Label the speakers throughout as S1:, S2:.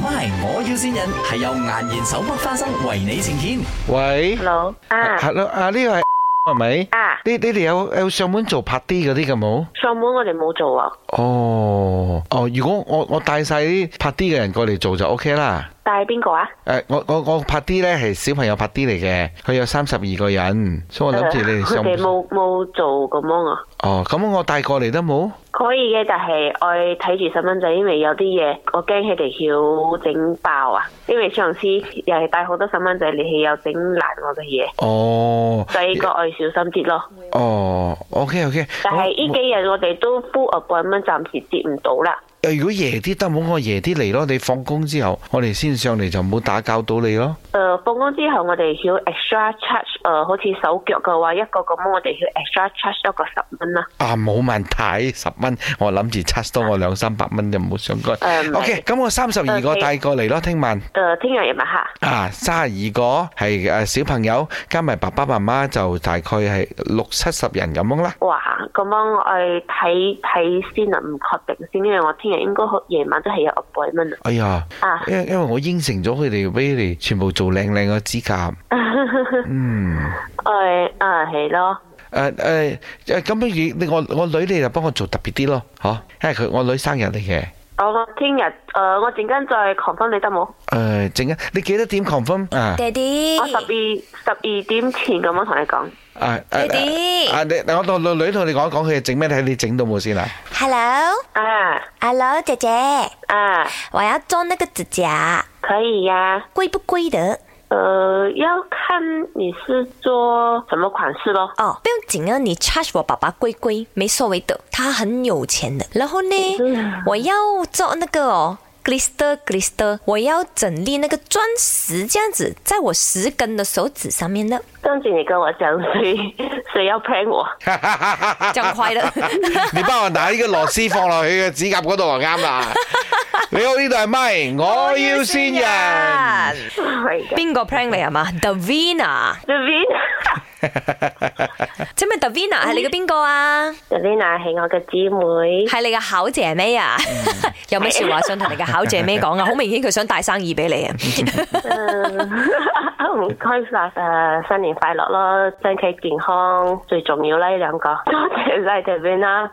S1: MY，我要先人係由顏然手剝花生為你呈現。
S2: 喂
S3: Hello 啊
S2: hello 啊呢個係係咪？
S3: 啊！
S2: 你你哋有有呃上門做拍啲嗰啲嘅冇？
S3: 上門我哋冇做啊，
S2: 哦哦，如果我我帶晒啲拍啲嘅人過嚟做就 OK 啦。
S3: 但係邊個啊？
S2: 誒、我我我拍啲咧係小朋友拍啲嚟嘅，佢有三十二個人，所以我諗住你哋
S3: 呃啊佢
S2: 上
S3: 哋冇冇做咁樣啊？
S2: 哦，咁我帶過嚟得冇？
S3: 可以嘅，但係我睇住細蚊仔，因為有啲嘢我驚佢哋要整爆啊。因為上次又係帶好多細蚊仔嚟，佢又整爛我嘅嘢，
S2: 哦
S3: 所以個我要小心啲咯。
S2: 哦，OK OK。
S3: 但係呢幾日我哋都 full appointment，暫時接唔到啦。
S2: 誒呃如果夜啲得冇，我夜啲嚟咯。你放工之後，我哋先上嚟就唔好打攪到你咯。
S3: 誒、呃放工之後，我哋要 extra charge 誒、好似手腳嘅話，一個咁我哋要 extra charge 一個十蚊啦。
S2: 啊，冇問題，十蚊，我諗住測多我兩三百蚊就冇上該。
S3: 誒唔係
S2: OK，咁我三十二個
S3: OK
S2: 帶過嚟咯，聽晚
S3: 誒、呃聽日夜晚黑。
S2: 啊，三十二個係誒小朋友加埋爸爸媽媽就大概係六七十人咁樣啦。
S3: 哇，咁樣我睇睇先啊，唔確定先，因為我聽日應該好夜晚都係有 appointment
S2: 哎呀，
S3: 啊。
S2: 因因為我應承咗佢哋俾你哋全部做靚靚嘅指甲， 嗯。
S3: 誒啊，係咯，
S2: 誒誒誒，咁不如你我我女你就幫我做特別啲咯，嚇、因為佢我女生日嚟嘅。
S3: 我聽日誒，我陣間再 confirm 你得冇？
S2: 誒，整啊！你幾多點 confirm 啊？
S4: 爹哋，
S3: 我十二十二點前咁樣同你講。
S2: 啊啊
S4: 爹 哋
S2: 啊！你我同女同你講一講佢整咩睇，你整到冇 先啊？
S4: Hello，Hello，
S3: 啊
S4: 姐姐，
S3: 啊，
S4: 我要做那个指甲，
S3: 可以呀、
S4: 贵不贵的？
S3: 呃，要看你是做什么款式咯。
S4: 哦，不用紧啊，你 charge 我爸爸贵贵，没所谓的，他很有钱的。然后呢
S3: 嗯，
S4: 我要做那个哦。glister glister，我要整粒那个钻石，这样子在我十根的手指上面呢，
S3: 上次你跟我講， 谁谁要 plan 我？
S4: 这样快乐。
S2: 你幫我拿呢個螺絲放落去嘅指甲嗰度就啱 啦。你好，呢度係咪？我要線人。
S3: 係 嘅
S4: 边个 plan 你系嘛？Davina，即咩？Davina 系你嘅边个啊？
S3: ，Davina，Davina 係我嘅姊妹。
S4: 系你嘅考姐妹啊？ 有咩说话想同你嘅考姐妹讲啊？好明显佢想带生意俾你啊！
S3: 唔該晒誒，新年快樂咯，身體健康最重要啦，呢兩個。多謝晒謝邊啦。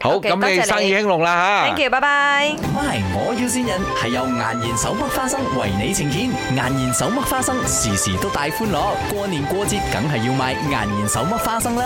S2: 好，
S4: OK，
S2: 咁
S4: 多謝
S2: 你
S4: 你
S2: 生意興隆啦嚇。
S4: Thank you，拜拜。
S1: MY，我要先人係由顏然手剝花生為你呈現。顏然手剝花生時時都大歡樂，過年過節梗係要買顏然手剝花生啦。